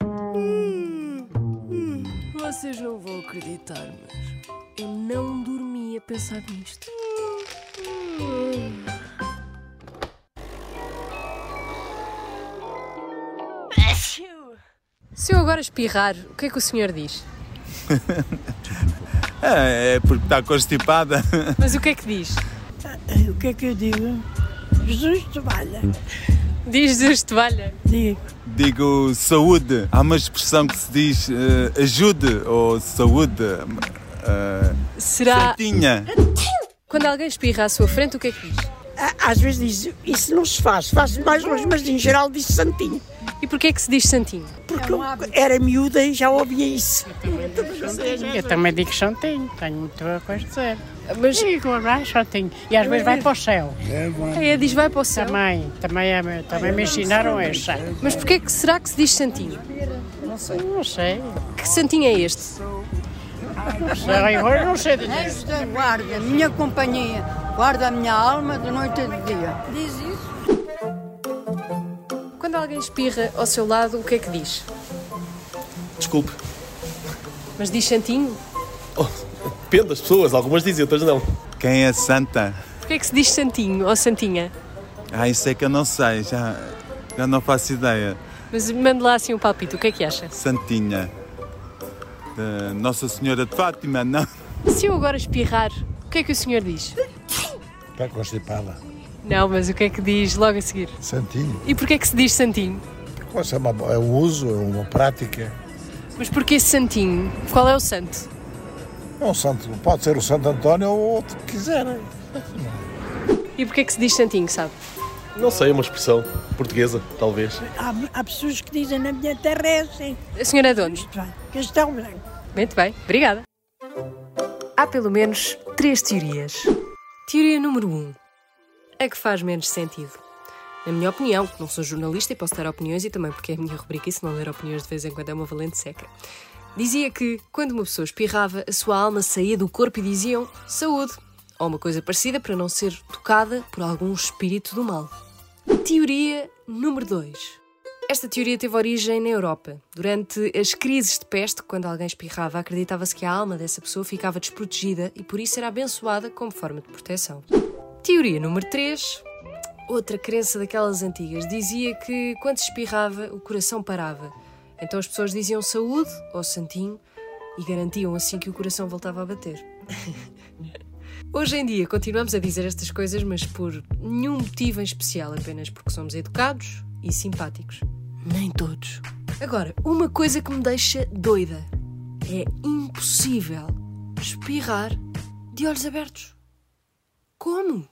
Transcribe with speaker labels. Speaker 1: Hum, Vocês não vão acreditar, mas eu não dormi a pensar nisto. Se eu agora espirrar, o que é que o senhor diz?
Speaker 2: Ah, é porque está constipada.
Speaker 1: Mas o que é que diz?
Speaker 3: O que é que eu digo? Jesus te valha.
Speaker 1: Diz Jesus te valha.
Speaker 3: Digo,
Speaker 2: Digo saúde. Há uma expressão que se diz eh, ajude ou saúde. eh,
Speaker 1: Será
Speaker 2: certinha.
Speaker 1: quando alguém espirra à sua frente, o que é que diz?
Speaker 3: a- às vezes diz, isso não se faz, faz mais longe, mas em geral diz santinho.
Speaker 1: E porquê é que se diz santinho?
Speaker 3: Porque eu era miúda e já ouvia isso.
Speaker 4: Eu também digo santinho, tenho muito a coisa a dizer.
Speaker 1: Mas
Speaker 4: Digo, vai santinho. E às vezes vai para o céu.
Speaker 1: é, diz vai para o céu.
Speaker 4: Também, também, é- também me ensinaram essa.
Speaker 1: Mas porquê é que será que se diz santinho?
Speaker 4: Não sei.
Speaker 1: Que santinho é este?
Speaker 4: Sei, Agora não sei dizer.
Speaker 5: Esta guarda, minha companhia, guarda a minha alma de noite e de dia. Diz isso?
Speaker 1: Quando alguém espirra ao seu lado, o que é que diz?
Speaker 6: Desculpe.
Speaker 1: Mas diz santinho?
Speaker 6: Oh, depende das pessoas, algumas dizem, outras não.
Speaker 2: Quem é santa?
Speaker 1: Porquê é que se diz santinho ou santinha?
Speaker 2: Ah, isso é que eu não sei. Já, já não faço ideia.
Speaker 1: Mas mande lá assim um palpite, o que é que acha?
Speaker 2: Santinha. Eh, Nossa Senhora de Fátima, não.
Speaker 1: Se eu agora espirrar, o que é que o senhor diz?
Speaker 7: Está constipada.
Speaker 1: Não, mas o que é que diz logo a seguir?
Speaker 7: Santinho.
Speaker 1: E porquê é que se diz santinho?
Speaker 7: Isso é, uma, é um uso, é uma prática.
Speaker 1: Mas porquê santinho? Qual é o santo?
Speaker 7: É um santo, pode ser o Santo António ou outro que né? quiserem.
Speaker 1: E porquê é que se diz santinho, sabe?
Speaker 6: Não sei, é uma expressão portuguesa, talvez.
Speaker 3: Há, há pessoas que dizem na minha terra é assim.
Speaker 1: A senhora é de onde?
Speaker 3: Castão Branco.
Speaker 1: Muito bem, obrigada. Há pelo menos três teorias. Teoria número Um, a que faz menos sentido. Na minha opinião, não sou jornalista e posso dar opiniões e também porque é a minha rubrica e se não ler opiniões de vez em quando é uma valente seca. Dizia que, quando uma pessoa espirrava, a sua alma saía do corpo e diziam saúde, ou uma coisa parecida para não ser tocada por algum espírito do mal. Teoria número 2. Esta teoria teve origem na Europa. Durante as crises de peste, quando alguém espirrava, acreditava-se que a alma dessa pessoa ficava desprotegida e por isso era abençoada como forma de proteção. Teoria número 3. Outra crença daquelas antigas dizia que quando se espirrava, o coração parava. Então as pessoas diziam saúde ou santinho e garantiam assim que o coração voltava a bater. Hoje em dia continuamos a dizer estas coisas, mas por nenhum motivo em especial, apenas porque somos educados e simpáticos. Nem todos. Agora, uma coisa que me deixa doida é impossível espirrar de olhos abertos. Como?